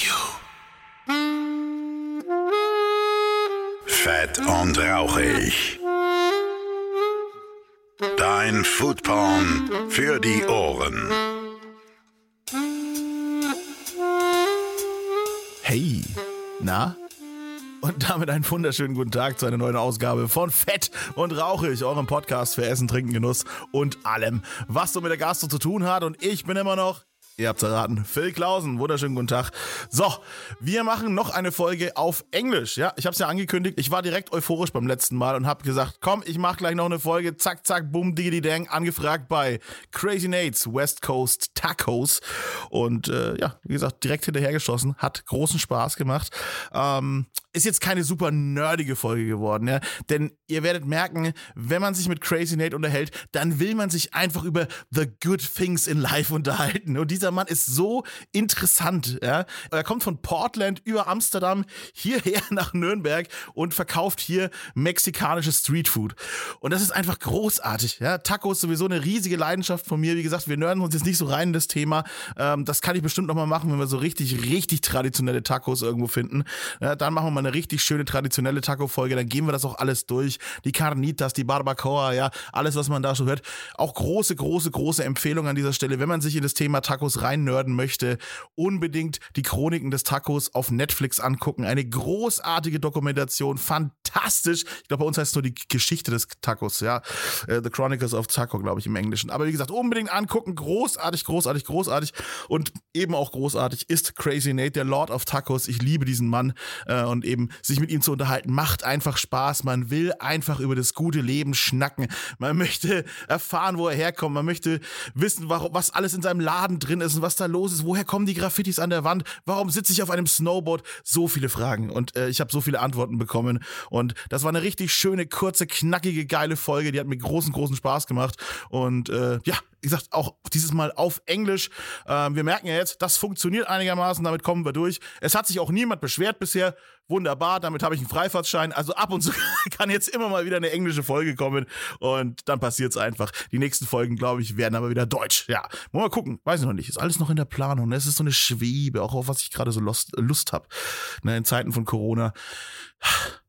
you. Fett und rauchig. Dein Foodporn für die Ohren. Hey, na? Und damit einen wunderschönen guten Tag zu einer neuen Ausgabe von Fett und Rauchig, eurem Podcast für Essen, Trinken, Genuss und allem, was so mit der Gastro zu tun hat. Und ich bin immer noch, ihr habt's erraten, Phil Klausen. Wunderschönen guten Tag. So, wir machen noch eine Folge auf Englisch. Ja, ich hab's ja angekündigt. Ich war direkt euphorisch beim letzten Mal und hab gesagt, komm, ich mach gleich noch eine Folge. Zack, zack, boom, diggity dang. Angefragt bei Crazy Nates West Coast Tacos. Und äh, ja, wie gesagt, direkt hinterhergeschossen. Hat großen Spaß gemacht. Ähm, ist jetzt keine super nerdige Folge geworden, ja. Denn ihr werdet merken, wenn man sich mit Crazy Nate unterhält, dann will man sich einfach über the good things in life unterhalten. Und dieser Mann ist so interessant, ja. Er kommt von Portland über Amsterdam hierher nach Nürnberg und verkauft hier mexikanisches Streetfood. Und das ist einfach großartig, ja. Tacos ist sowieso eine riesige Leidenschaft von mir. Wie gesagt, wir nörden uns jetzt nicht so rein in das Thema. Ähm, das kann ich bestimmt nochmal machen, wenn wir so richtig, richtig traditionelle Tacos irgendwo finden. Ja, dann machen wir mal eine richtig schöne traditionelle Taco-Folge. Dann gehen wir das auch alles durch. Die Carnitas, die Barbacoa, ja, alles, was man da schon hört. Auch große, große, große Empfehlung an dieser Stelle, wenn man sich in das Thema Tacos reinnörden möchte, unbedingt die Chroniken des Tacos auf Netflix angucken. Eine großartige Dokumentation, fantastisch. Ich glaube, bei uns heißt es nur die Geschichte des Tacos, ja. Äh, The Chronicles of Taco, glaube ich, im Englischen. Aber wie gesagt, unbedingt angucken. Großartig, großartig, großartig. Und eben auch großartig ist Crazy Nate, der Lord of Tacos. Ich liebe diesen Mann äh, und eben sich mit ihm zu unterhalten macht einfach Spaß. Man will einfach über das gute Leben schnacken. Man möchte erfahren, wo er herkommt. Man möchte wissen, warum, was alles in seinem Laden drin ist und was da los ist. Woher kommen die Graffitis an der Wand? Warum sitze ich auf einem Snowboard? So viele Fragen und äh, ich habe so viele Antworten bekommen. Und das war eine richtig schöne, kurze, knackige, geile Folge. Die hat mir großen, großen Spaß gemacht. Und äh, ja, wie gesagt, auch dieses Mal auf Englisch. Ähm, wir merken ja jetzt, das funktioniert einigermaßen, damit kommen wir durch. Es hat sich auch niemand beschwert bisher. Wunderbar, damit habe ich einen Freifahrtschein. Also ab und zu kann jetzt immer mal wieder eine englische Folge kommen und dann passiert's einfach. Die nächsten Folgen, glaube ich, werden aber wieder deutsch. Ja, Wollen wir mal gucken. Weiß ich noch nicht. Ist alles noch in der Planung. ne? Es ist so eine Schwebe, auch auf was ich gerade so Lust, Lust habe. Ne, in Zeiten von Corona.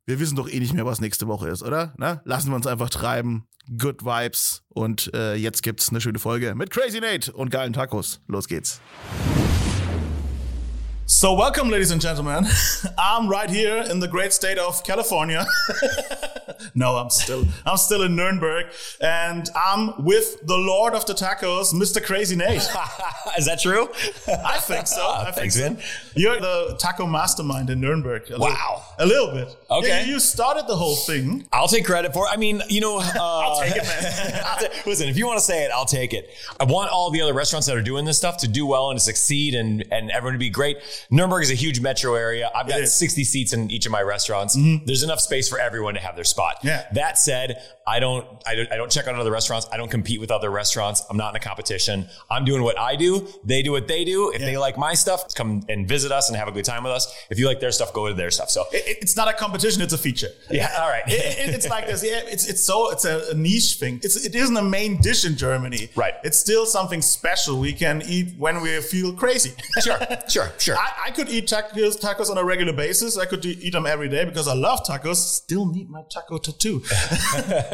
Wir wissen doch eh nicht mehr, was nächste Woche ist, oder? Na, lassen wir uns einfach treiben. Good Vibes. Und äh, jetzt gibt's eine schöne Folge mit Crazy Nate und geilen Tacos. Los geht's. So, welcome, ladies and gentlemen. I'm right here in the great state of California. no, I'm still, I'm still in Nuremberg, and I'm with the Lord of the Tacos, Mr. Crazy Nate. Is that true? I think so. I think Thanks, so. man. You're the taco mastermind in Nuremberg. A Wow. Little, a little bit. Okay. Yeah, you started the whole thing. I'll take credit for it. I mean, you know, uh, I'll take it, man. I'll ta- listen, if you want to say it, I'll take it. I want all the other restaurants that are doing this stuff to do well and to succeed and, and everyone to be great. Nuremberg is a huge metro area. I've got is. Mm-hmm. 60 seats in each of my restaurants. There's enough space for everyone to have their spot. Yeah. That said, I don't, I don't, I don't check out other restaurants. I don't compete with other restaurants. I'm not in a competition. I'm doing what I do. They do what they do. If they like my stuff, come and visit us and have a good time with us. If you like their stuff, go to their stuff. So It- it- it's not a competition; it's a feature. yeah, all right. It- it- it's like this. Yeah, it's it's so it's a, a niche thing. It's it isn't a main dish in Germany. Right. It's still something special we can eat when we feel crazy. sure, sure, sure. I, I could eat tacos, tacos on a regular basis. I could eat them every day because I love tacos. Still need my taco tattoo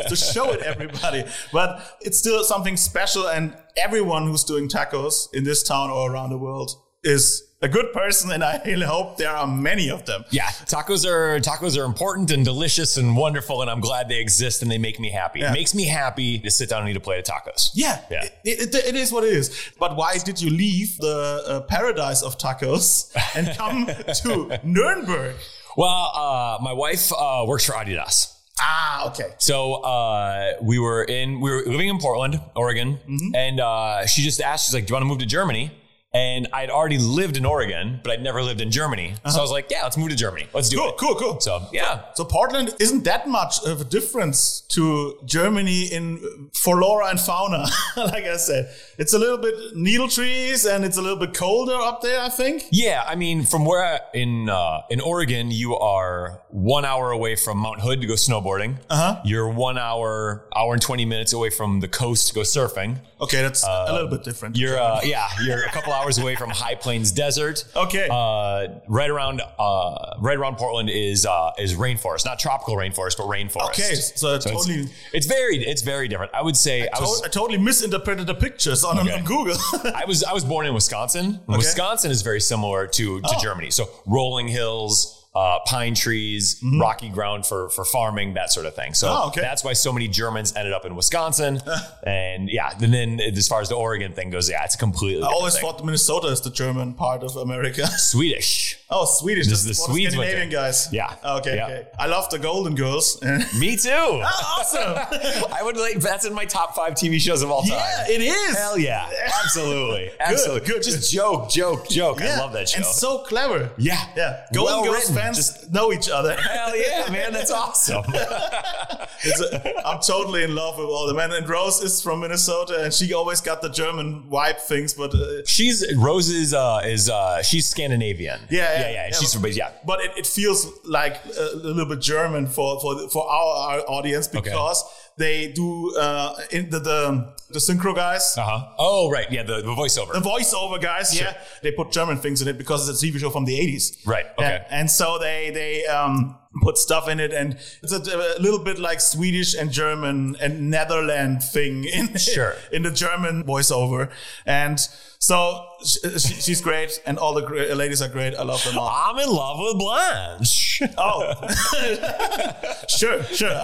to show it everybody. But it's still something special, and everyone who's doing tacos in this town or around the world is a good person, and I hope there are many of them. Yeah, tacos are tacos are important and delicious and wonderful, and I'm glad they exist and they make me happy. Yeah. It makes me happy to sit down and eat a plate of tacos. Yeah, Yeah. It, it, it is what it is. But why did you leave the uh, paradise of tacos and come to Nuremberg? Well, uh, my wife uh, works for Adidas. Ah, okay. So uh, we were in we were living in Portland, Oregon, Mm-hmm. and uh, she just asked, she's like, "Do you want to move to Germany?" And I'd already lived in Oregon, but I'd never lived in Germany. So I was like, "Yeah, let's move to Germany. Let's do Uh-huh. Cool, it." cool, cool. So yeah, So Portland isn't that much of a difference to Germany in flora and fauna. like I said, it's a little bit needle trees and it's a little bit colder up there. I think. Yeah, I mean, from where I, in uh, in Oregon, you are one hour away from Mount Hood to go snowboarding. Uh-huh. You're one hour hour and twenty minutes away from the coast to go surfing. Okay, that's a little bit different. You're uh, yeah, you're a couple hours away from High Plains Desert. Okay. Uh, right around uh, right around Portland is uh, is rainforest, not tropical rainforest, but rainforest. Okay, so it's, it's totally- it's varied. It's very different. I would say I, To- was I totally misinterpreted the pictures on, on Google. I was I was born in Wisconsin. Wisconsin is very similar to Oh. to Germany. So rolling hills, uh, pine trees, rocky ground for for farming, that sort of thing. So Mm-hmm. Oh, okay. that's why so many Germans ended up in Wisconsin. and yeah, and then as far as the Oregon thing goes, yeah, it's a completely I different always thing. thought Minnesota is the German part of America. Swedish. Oh, Swedish. This That's is the what Swedes went Scandinavian there. guys. Oh, Yeah. Okay, Yeah. okay. I love the Golden Girls. Me too. awesome. I would like that's in my top five TV shows of all time. yeah, it is. Hell yeah. Absolutely. Absolutely. good, Just joke, joke, joke. I love that show. And so clever. yeah. Yeah. Golden Well Girls written. fans Just- know each other. Hell yeah, man. That's awesome. It's a, I'm totally in love with all the men. And Rose is from Minnesota, and she always got the German vibe things, but uh, she's Rose is uh is uh she's Scandinavian. Yeah, yeah, yeah. yeah. yeah. She's from yeah. but it, it feels like a, little bit German for for for our, our audience because they do uh, in the the, the synchro guys. Uh-huh. Oh right, yeah, the, the voiceover. The voiceover guys, yeah, they put German things in it because it's a TV show from the 80s. Right, okay. And, and so they they um, put stuff in it, and it's a, a little bit like Swedish and German and Netherland thing in Sure. in the German voiceover. And so sh she, she's great, and all the gr- uh, ladies are great. I love them all. I'm in love with Blanche. Oh, sure, sure.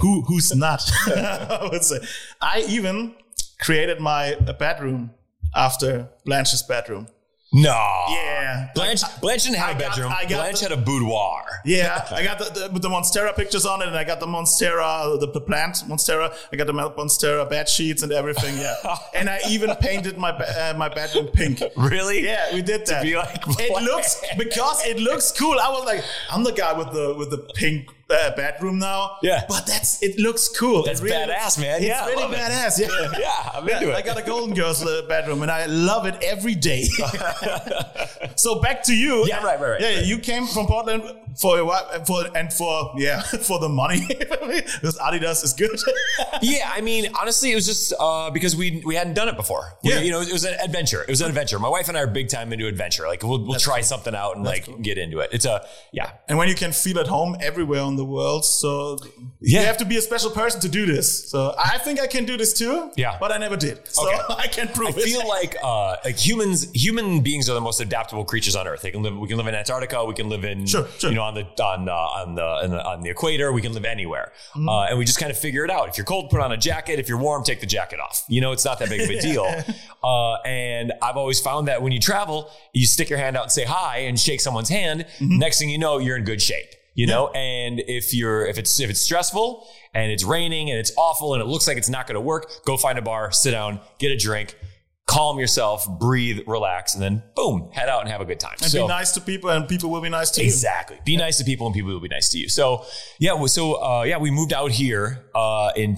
Who who's not? I would say. I even created my bedroom after Blanche's bedroom. no. Yeah. Blanche Blanche didn't have I a got- bedroom. I got Blanche the- had a boudoir. Yeah, I got the, the, with the Monstera pictures on it, and I got the Monstera, the, the plant Monstera. I got the Mel- Monstera bed sheets and everything. Yeah, and I even painted my be- uh, my bedroom pink. Really? Yeah, we did that. be like it Blanche. looks because it looks cool. I was like, I'm the guy with the with the pink uh, bedroom now. Yeah. but that's it looks cool. That's It really- badass, man. It's Yeah, I really love it. badass. Yeah. Yeah, I'm into Yeah, it. I got a Golden Girls uh, bedroom and I love it every day. so back to you. Yeah, right, right, right, Yeah, you came from Portland for a while, and for and for yeah, for the money. because Adidas is good. yeah, I mean, honestly, it was just uh, because we we hadn't done it before. We- Yeah. you know, it was an adventure. It was an adventure. My wife and I are big time into adventure. Like, we'll, we'll try something out and like get into it. It's a yeah. and when you can feel at home everywhere in the world, so Yeah. you have to be a special person to do this. So I think I can do this too. Yeah. but I never did. So Okay. I can prove I it. feel like uh, like humans, human beings are the most adaptable creatures on Earth. They can live. We can live in Antarctica. We can live in Sure, sure. you know on the on uh, on the on the, on the equator. We can live anywhere, uh, and we just kind of figure it out. If you're cold, put on a jacket. If you're warm, take the jacket off. You know, it's not that big of a deal. Uh, and I've always found that when you travel, you stick your hand out and say hi and shake someone's hand. Next thing you know, you're in good shape. You know, and if you're if it's if it's stressful and it's raining and it's awful and it looks like it's not going to work, go find a bar, sit down, get a drink, calm yourself, breathe, relax, and then boom, head out and have a good time. and be nice to people, and people will be nice to you. Exactly. Be nice to people, and people will be nice to you. So yeah, well, so uh, yeah, we moved out here uh, in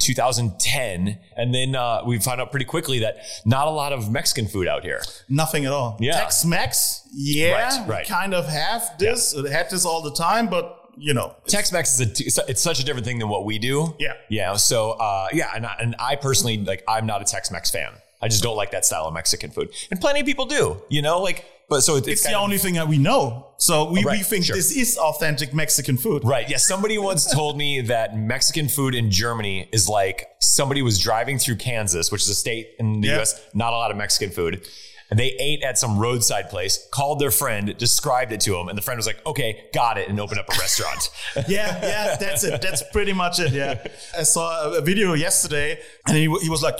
2010, and then uh, we found out pretty quickly that not a lot of Mexican food out here. Nothing at all. Yeah. Tex Mex, yeah, Right, right. We kind of have this, It had this all the time, but you know, Tex-Mex is a t- it's it's such a different thing than what we do. Yeah. Yeah. So uh, yeah, and I, and I personally like I'm not a Tex-Mex fan. I just don't like that style of Mexican food, and plenty of people do. You know, like but so it's, it's kind the of- only thing that we know. So we, we Right, think sure. this is authentic Mexican food. Right. Yeah. Somebody once told me that Mexican food in Germany is like somebody was driving through Kansas, which is a state in the Yeah. US, not a lot of Mexican food. And they ate at some roadside place, called their friend, described it to him, and the friend was like, okay, got it, and opened up a restaurant. Yeah, yeah, that's it. That's pretty much it. Yeah. I saw a- a video yesterday and he, wa- he was like,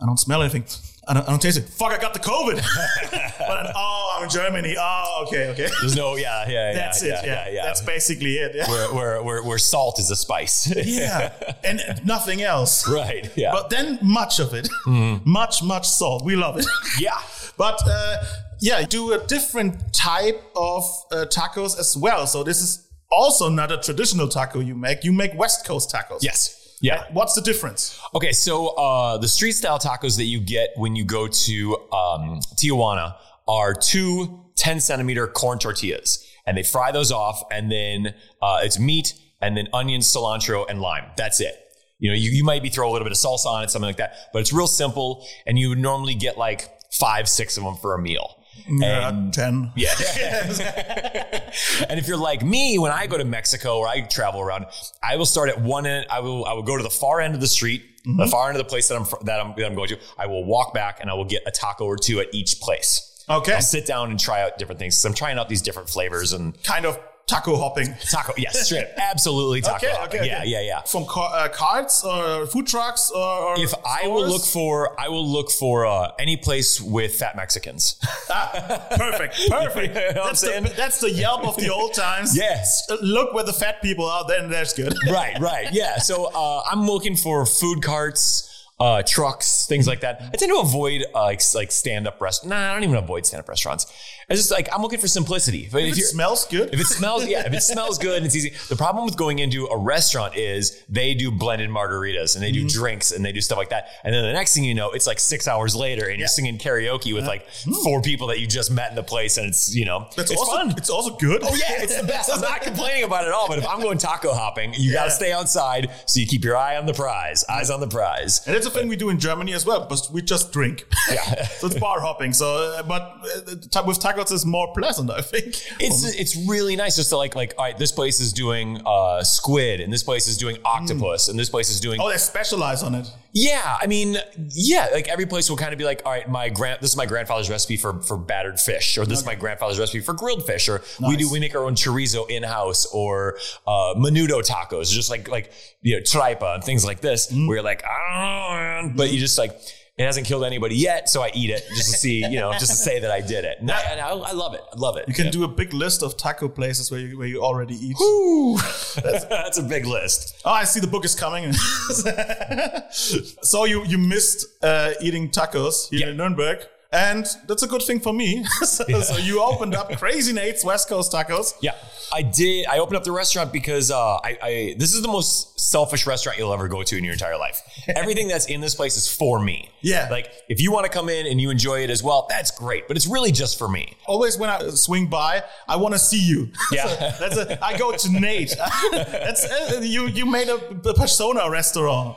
I don't smell anything. I don't, I don't taste it. Fuck, I got the COVID. but then, oh, I'm in Germany. Oh, okay, okay. There's no, yeah, yeah, yeah. That's yeah, it. Yeah, yeah, yeah. That's basically it. Yeah. where, where, where, where salt is a spice. yeah. And nothing else. right. Mm-hmm. Yeah. But then much of it, much, much salt. We love it. yeah. But uh, yeah, do a different type of uh, tacos as well. So this is also not a traditional taco you make. You make West Coast tacos. Yes. Yeah. What's the difference? Okay, so uh, the street style tacos that you get when you go to um, Tijuana are two 10 centimeter corn tortillas, and they fry those off, and then uh, it's meat, and then onions, cilantro, and lime. That's it. You know, you, you might be throw a little bit of salsa on it, something like that, but it's real simple, and you would normally get like five, six of them for a meal. Yeah, And- ten. yeah. and if you're like me, when I go to Mexico or I travel around, I will start at one end. I will I will go to the far end of the street, Mm-hmm. the far end of the place that I'm fr- that I'm that I'm going to. I will walk back and I will get a taco or two at each place. Okay. I'll sit down and try out different things. So I'm trying out these different flavors and Kind of taco hopping. taco. Yes, straight, absolutely taco. Okay, hopping. okay, yeah, okay. yeah, yeah. From car, uh, carts or food trucks or, or If I will stores? look for, I will look for uh, any place with fat Mexicans. Ah, perfect, perfect. You know what I'm that's, saying? the, that's the Yelp of the old times. Yes. Uh, Look where the fat people are. Then that's good. right, right. Yeah. So uh, I'm looking for food carts, uh, trucks, things like that. I tend to avoid uh, like, like stand up restaurants. Nah, I don't even avoid stand up restaurants. It's just like I'm looking for simplicity. But If if it you're- smells good. if it smells, yeah, if it smells good and it's easy. The problem with going into a restaurant is they do blended margaritas and they Mm-hmm. do drinks and they do stuff like that. And then the next thing you know, it's like six hours later and you're singing karaoke Uh, with like four people that you just met in the place and it's, you know, hmm. that's it's also, fun. It's also good. Oh Yeah, it's the best. I'm not complaining about it at all. But if I'm going taco hopping, you got to stay outside so you keep your eye on the prize, eyes on the prize. And that's a thing we do in Germany as well, but we just drink. Yeah. so it's bar hopping. So, uh, but uh, ta- with tacos is more pleasant, I think. It's it's really nice just to like like all right, this place is doing uh, squid and this place is doing octopus and this place is doing oh, they specialize on it. yeah. I mean yeah, like every place will kind of be like all right, my grand this is my grandfather's recipe for for battered fish or this is my grandfather's recipe for grilled fish or we do we make our own chorizo in house or uh, menudo tacos just like like you know tripa and things like this Mm-hmm. where you're like I don't know, man," but you just like. It hasn't killed anybody yet, so I eat it just to see, you know, just to say that I did it. And I, and I, I love it. I love it. You can do a big list of taco places where you, where you already eat. that's, that's a big list. Oh, I see the book is coming. so you you missed uh, eating tacos here Yeah. in Nuremberg, and that's a good thing for me. so, so you opened up Crazy Nate's West Coast Tacos. Yeah, I did. I opened up the restaurant because uh, I, I this is the most selfish restaurant you'll ever go to in your entire life. Everything that's in this place is for me. Yeah. like if you want to come in and you enjoy it as well, that's great. But it's really just for me. Always when I swing by, I want to see you. Yeah. So that's a, I go to Nate. that's uh, you. You made a, a persona restaurant,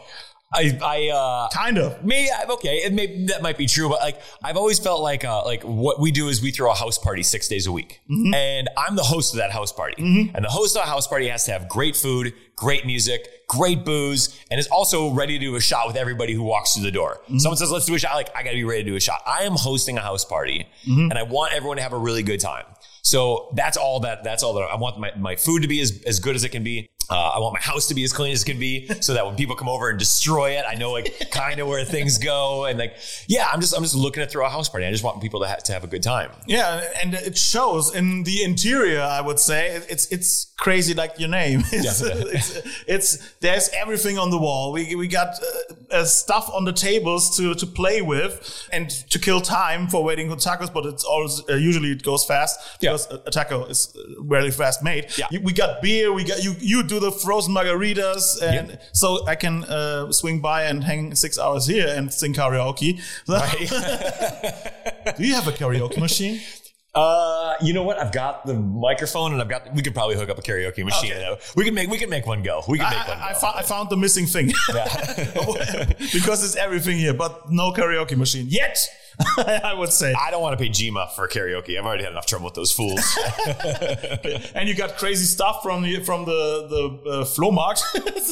I, I uh, kind of. Maybe I'm okay. It may, that might be true, but like I've always felt like uh, like what we do is we throw a house party six days a week, and I'm the host of that house party. And the host of a house party has to have great food, great music, great booze, and is also ready to do a shot with everybody who walks through the door. Someone says, "Let's do a shot." Like I got to be ready to do a shot. I am hosting a house party, and I want everyone to have a really good time. So that's all that that's all that I want my, my food to be as, as good as it can be. Uh, I want my house to be as clean as it can be, so that when people come over and destroy it, I know like kind of where things go. And like, yeah, I'm just I'm just looking to throw a house party. I just want people to ha- to have a good time. Yeah, and it shows in the interior. I would say It- it's it's crazy, like your name. It's, Yeah. it's, it's- there's everything on the wall. We we got uh, uh, stuff on the tables to to play with and to kill time for waiting for tacos. But it's always uh, usually it goes fast Yeah. because a- a taco is uh, really fast made. Yeah. You- we got beer. We got you. You do the frozen margaritas, and Yeah. so I can uh, swing by and hang six hours here and sing karaoke. do you have a karaoke machine? Uh, you know what? I've got the microphone, and I've got we could probably hook up a karaoke machine. Okay. Uh, We can make we can make one go. We can I, make one. I- I go. fou- I found the missing thing because it's everything here, but no karaoke machine yet. I would say, I don't want to pay Gma for karaoke. I've already had enough trouble with those fools. and you got crazy stuff from the from the the uh, flow market.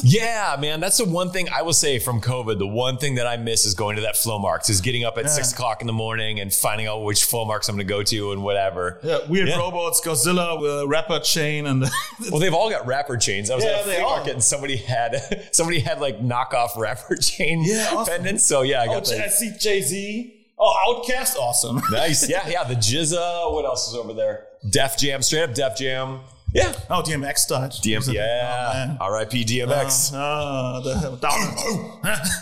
Yeah, man, that's the one thing I will say from COVID. The one thing that I miss is going to that flow marks, is getting up at six o'clock in the morning and finding out which flow marks I'm going to go to and whatever. yeah, weird Yeah. robots, Godzilla, uh, rapper chain, and Well, they've all got rapper chains. I was Yeah, at a they flea all- market and somebody had somebody had like knockoff rapper chain Yeah, awesome. pendants. So yeah, I oh, got J- I that. see Jay Z. Oh, Outcast, awesome. Nice. Yeah, yeah. The Jizza. What else is over there? Def Jam. Straight up Def Jam. Yeah. Oh, DMX died. DM. Yeah. Oh, man. R.I.P. DMX. Ah, the Oh,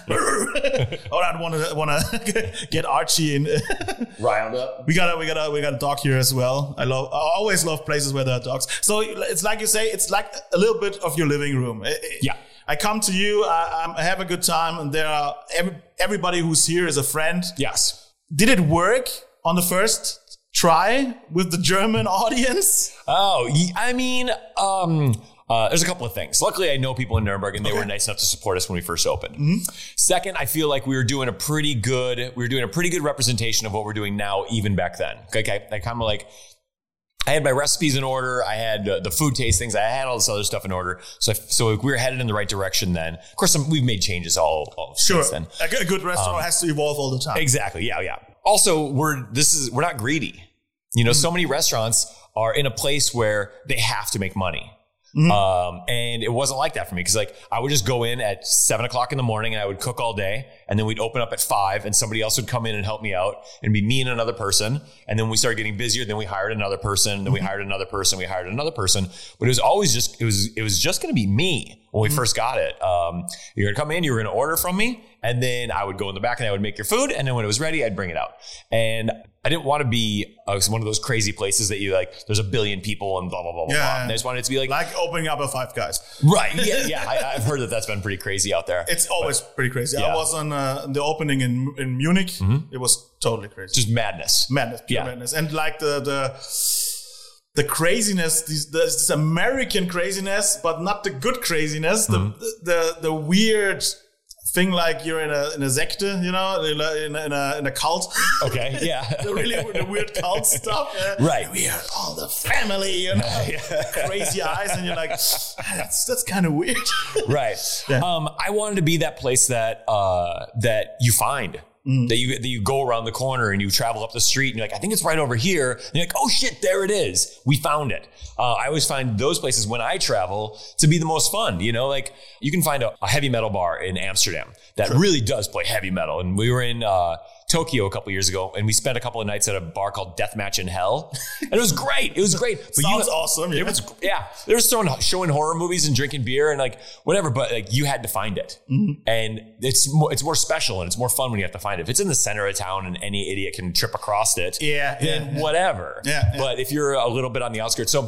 down. oh, I want to want to get Archie in. Riled up. We got a we got a we got a dog here as well. I love I always love places where there are dogs. So it's like you say, it's like a little bit of your living room. I- I- Yeah. I come to you, I, I'm- I have a good time, and there are every, everybody who's here is a friend. Yes. Did it work on the first try with the German audience? Oh, ye- I mean, um, Uh, there's a couple of things. Luckily, I know people in Nuremberg, and they were nice enough to support us when we first opened. Second, I feel like we were doing a pretty good we were doing a pretty good representation of what we're doing now, even back then. Like I, I kind of like I had my recipes in order. I had uh, the food tastings. I had all this other stuff in order. So, I, so we were headed in the right direction then. Of course, some, we've made changes all, all Sure. since then. A good- a good restaurant um, has to evolve all the time. Exactly. Yeah, yeah. Also, we're this is we're not greedy. You know, so many restaurants are in a place where they have to make money. Um, and it wasn't like that for me because like I would just go in at seven o'clock in the morning and I would cook all day, and then we'd open up at five, and somebody else would come in and help me out, and it'd be me and another person, and then we started getting busier. Then we hired another person, then we hired another person, we hired another person, but it was always just it was it was just going to be me when we first got it. Um, you're gonna come in, you were gonna order from me, and then I would go in the back and I would make your food, and then when it was ready, I'd bring it out. And I didn't want to be uh, one of those crazy places that you like. There's a billion people and blah blah blah blah. Yeah. blah. And I just wanted it to be like, Like opening up a Five Guys. right, yeah, yeah. I, I've heard that that's been pretty crazy out there. It's always pretty crazy. Yeah. Mm-hmm. I was on uh, the opening in in Munich. It was totally crazy. just madness. madness, pure Yeah. madness, and like the the the craziness, these, there's this American craziness, but not the good craziness, the Mm-hmm. the, the weird thing like you're in a in a sector, you know, in a in a, in a, in a cult. Okay, Oh, yeah. the really the weird cult stuff. uh, Right. We are all the family, you know, crazy eyes, and you're like, "Ah, that's that's kind of weird. right. Um, I wanted to be that place that uh, that you find. That you that you go around the corner and you travel up the street and you're like, I think it's right over here. And you're like, oh shit, there it is. We found it. Uh, I always find those places when I travel to be the most fun. You know, like you can find a, a heavy metal bar in Amsterdam that really does play heavy metal. And we were in uh, Tokyo a couple years ago and we spent a couple of nights at a bar called Deathmatch in Hell. And it was great. It was great. But Sounds awesome, It yeah. was yeah, they were showing, showing horror movies and drinking beer and like whatever, but like you had to find it, and it's more, it's more special and it's more fun when you have to find it. If it's in the center of town and any idiot can trip across it, Yeah, yeah, then whatever. Yeah, yeah. But if you're a little bit on the outskirts, so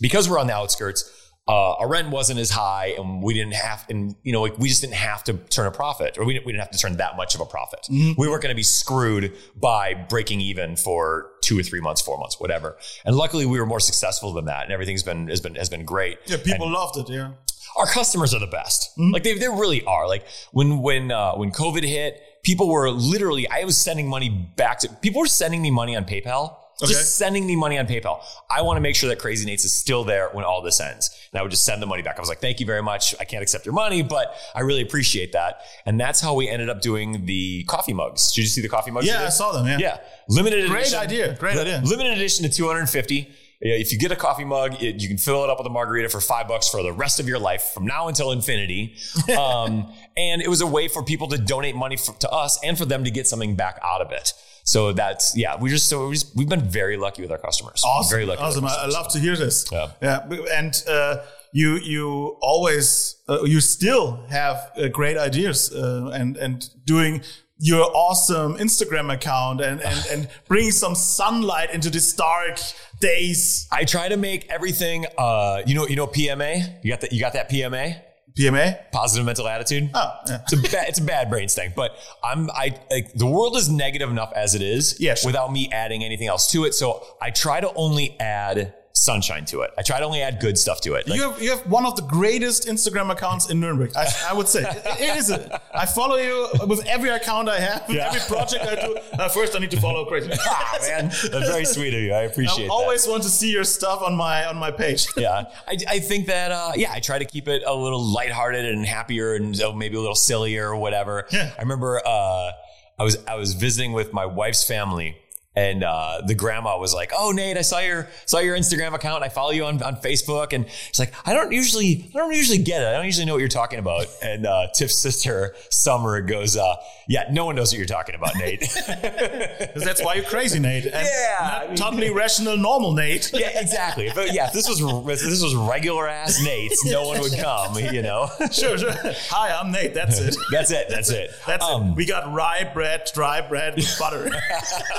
because we're on the outskirts, uh, our rent wasn't as high, and we didn't have, and you know, like we just didn't have to turn a profit, or we didn't, we didn't have to turn that much of a profit. Mm-hmm. We weren't going to be screwed by breaking even for two or three months, four months, whatever. And luckily, we were more successful than that, and everything's been has been has been great Yeah, people loved it. Yeah. our customers are the best. Mm-hmm. Like they, they really are. Like when when uh, when COVID hit, people were literally. I was sending money back to people were sending me money on PayPal. Okay. Just sending me money on PayPal. I want to make sure that Crazy Nates is still there when all this ends. And I would just send the money back. I was like, thank you very much. I can't accept your money, but I really appreciate that. And that's how we ended up doing the coffee mugs. Did you see the coffee mugs? we Yeah, did? I saw them. Yeah. Yeah. Limited Great edition. idea. Great Li- idea. Limited edition to 250. Yeah, If you get a coffee mug, it, you can fill it up with a margarita for five bucks for the rest of your life from now until infinity. Um, and it was a way for people to donate money for, to us and for them to get something back out of it. So that's, yeah, we just, so we just, we've been very lucky with our customers. Awesome. Very lucky. with Awesome. our I, I customers. love to hear this. Yeah. b- And uh, you you always uh, you still have uh, great ideas uh, and and doing your awesome Instagram account and and and bringing some sunlight into these dark days. I try to make everything, uh, you know, you know, PMA, you got that, you got that PMA? PMA. positive mental attitude. Oh, yeah. It's a bad, it's a bad brain thing, but I'm I like the world is negative enough as it is Yeah, sure. without me adding anything else to it. So I try to only add sunshine to it. I try to only add good stuff to it. Like, You have, you have one of the greatest Instagram accounts in Nuremberg. I, I would say It- it is. it. I follow you with every account I have, with Yeah. every project I do. Uh, first, I need to follow crazy. ah, man, that's very sweet of you. I appreciate I that. always want to see your stuff on my on my page. yeah, I, I think that uh, yeah, I try to keep it a little lighthearted and happier, and so maybe a little sillier or whatever. Yeah. I remember uh, I was I was visiting with my wife's family. And uh, the grandma was like, "Oh, Nate, I saw your saw your Instagram account. And I follow you on, on Facebook." And she's like, "I don't usually I don't usually get it. I don't usually know what you're talking about." And uh, Tiff's sister Summer goes, uh, "Yeah, no one knows what you're talking about, Nate." 'Cause that's why you're crazy, Nate. And Yeah, not I mean- totally rational, normal, Nate. yeah, exactly. But yeah, if this was if this was regular ass Nate, no one would come. You know. Sure, sure. Hi, I'm Nate. That's it. That's it. That's it. That's it. Um, We got rye bread, dry bread, with butter.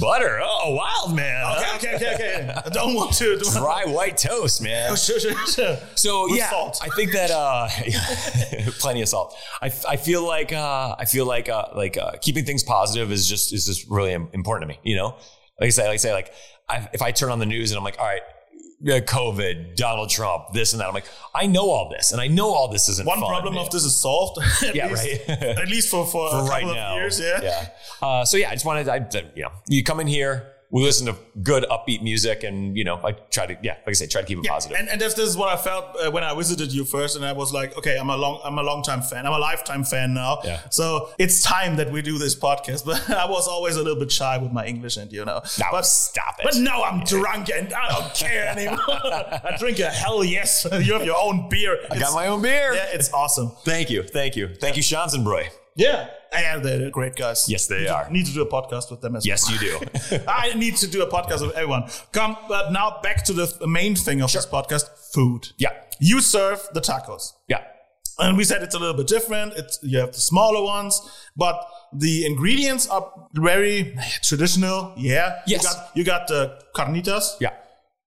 Butter. Oh, wild man. okay, okay, okay, okay. I don't want to. Don't want Dry white toast, man. Sure, sure, sure. So With yeah, salt. I think that uh, plenty of salt. I, I feel like uh, I feel like uh, like uh, keeping things positive is just is just really im- important to me. You know, like I say, like I say, like I, if I turn on the news and I'm like, all right, uh, COVID, Donald Trump, this and that. I'm like, I know all this, and I know all this isn't One fun, problem man. of this is solved. at Yeah, least, right. at least for, for, a for couple right of now. years. Yeah. Uh, so yeah, I just wanted, I, you know, you come in here, we listen to good upbeat music, and you know, I try to, yeah, like I say, try to keep it positive. And, and that's, this is what I felt uh, when I visited you first, and I was like, okay, I'm a long, I'm a long time fan, I'm a lifetime fan now. Yeah. So it's time that we do this podcast. But I was always a little bit shy with my English, and you know, Now, but stop it. But now I'm drunk and I don't care anymore. I drink a hell yes. You have your own beer. I got my own beer. Yeah, it's awesome. Thank you, thank you, thank you, Shanzenbroy. Yeah, and they're great guys. Yes, they need are. To, need to do a podcast with them as Yes, well. you do. I need to do a podcast with everyone. Come, but now back to the th- main thing of this podcast: food. Yeah. you serve the tacos, yeah, and we said it's a little bit different. It's you have the smaller ones, but the ingredients are very traditional. Yeah. Yes. You got, you got the carnitas, yeah,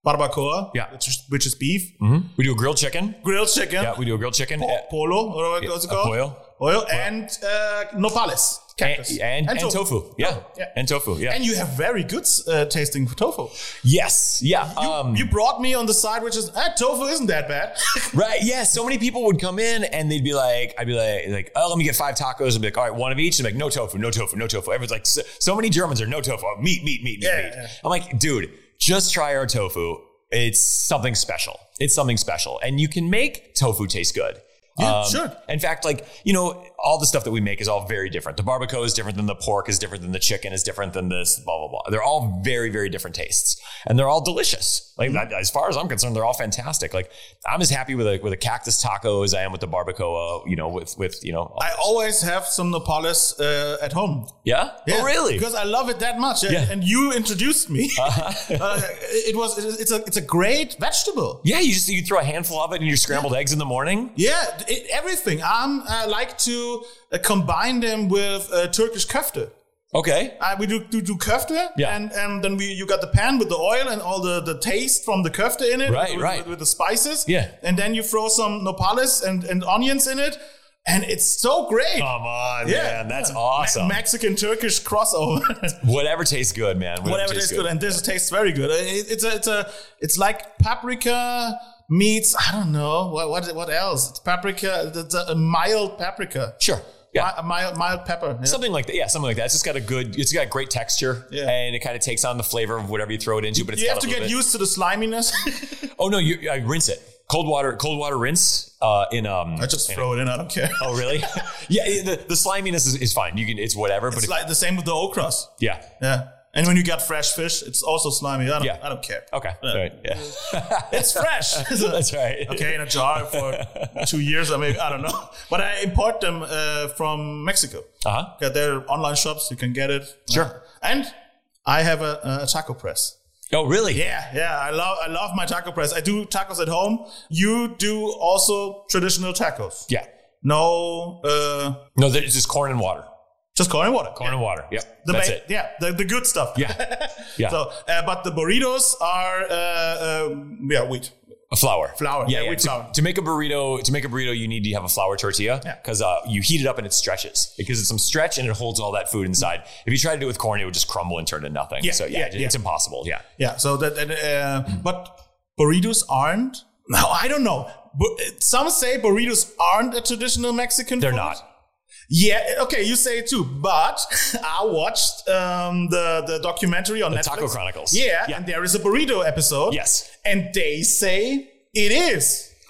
barbacoa, Yeah. which is, which is beef, we do a grilled chicken. grilled chicken, Yeah, we do a grilled chicken. po- polo, or what what's it a called? pollo. Oil and uh, nopales, and, cactus, and, and tofu. Yeah. Yeah. and tofu. Yeah, And you have very good uh, tasting tofu. yes, yeah. You, um, you brought me on the side, which is eh, tofu isn't that bad. Right. Yeah. So many people would come in and they'd be like, I'd be like, like, oh, let me get five tacos. And be like, all right, one of each. And be like, no tofu, no tofu, no tofu. Everyone's like, so, so many Germans are no tofu, oh, meat, meat, meat, meat, Yeah, meat. yeah. I'm like, dude, just try our tofu. It's something special. It's something special. And you can make tofu taste good. Yeah, sure. In fact, like, you know, all the stuff that we make is all very different. The barbacoa is different than the pork, is different than the chicken, is different than this, blah, blah, blah. They're all very, very different tastes. And they're all delicious. Like, that- as far as I'm concerned, they're all fantastic. Like, I'm as happy with a, with a cactus taco as I am with the barbacoa, you know, with, with you know. I always have some nopales uh, at home. yeah? Yeah, Oh, really? Because I love it that much, and, Yeah. and you introduced me. Uh, it was it's a it's a great vegetable. Yeah, you just, you throw a handful of it in your scrambled eggs in the morning. Yeah, it, everything. I'm, I like to uh, combine them with uh, Turkish köfte. Okay. Uh, we do do, do köfte, Yeah. and and then we you got the pan with the oil and all the, the taste from the köfte in it, Right, with, right. with, with the spices. Yeah. and then you throw some nopales and, and onions in it, and it's so great. Come on, Yeah. man. That's Me- awesome. Mexican Turkish crossover. Whatever tastes good, man. whatever tastes good. and this tastes very good. Uh, it- it's a, it's a, it's like paprika meets I don't know what what what else. It's paprika, it's a, a mild paprika. Sure. Yeah. Mi- a mild mild pepper. yeah. Something like that. Yeah, something like that. It's just got a good, it's got great texture. Yeah. And it kind of takes on the flavor of whatever you throw it into, but it's you got have a to little get bit- used to the sliminess. Oh, no, you I rinse it. Cold water, cold water rinse uh, in, um, I just throw it in. I don't care. oh, really? yeah, it- the, the sliminess is, is fine. You can, it's whatever, but It's if- like the same with the okras. yeah. Yeah. And when you got fresh fish, it's also slimy. I don't, Yeah. I don't care. Okay. All right. Yeah. It's fresh. That's right. okay, in a jar for two years or maybe I don't know. But I import them uh, from Mexico. Uh-huh. Yeah, there are online shops. You can get it. Sure. And I have a, a taco press. Oh, really? Yeah, yeah. I love I love my taco press. I do tacos at home. You do also traditional tacos. Yeah. No, uh, No, it's just corn and water. just corn and water. Corn and water. Yep. The That's ba- it. Yeah, the, the good stuff. Yeah. Yeah. So, uh, but the burritos are uh, um, yeah wheat. A flour. Flour. Yeah, Yeah, yeah. wheat to, flour. to make a burrito, to make a burrito, you need to have a flour tortilla Yeah. because uh, you heat it up and it stretches. It gives it some stretch and it holds all that food inside. If you try to do it with corn, it would just crumble and turn to nothing. Mm-hmm. Yeah, so yeah, yeah, it- it's impossible. Yeah. Yeah. So that, and, uh, but burritos aren't. No, I don't know. Bu- Some say burritos aren't a traditional Mexican. They're food. not. Yeah. Okay, you say it too. But I watched um, the the documentary on Netflix. Taco Chronicles. Yeah, Yeah. and there is a burrito episode. Yes. And they say it is.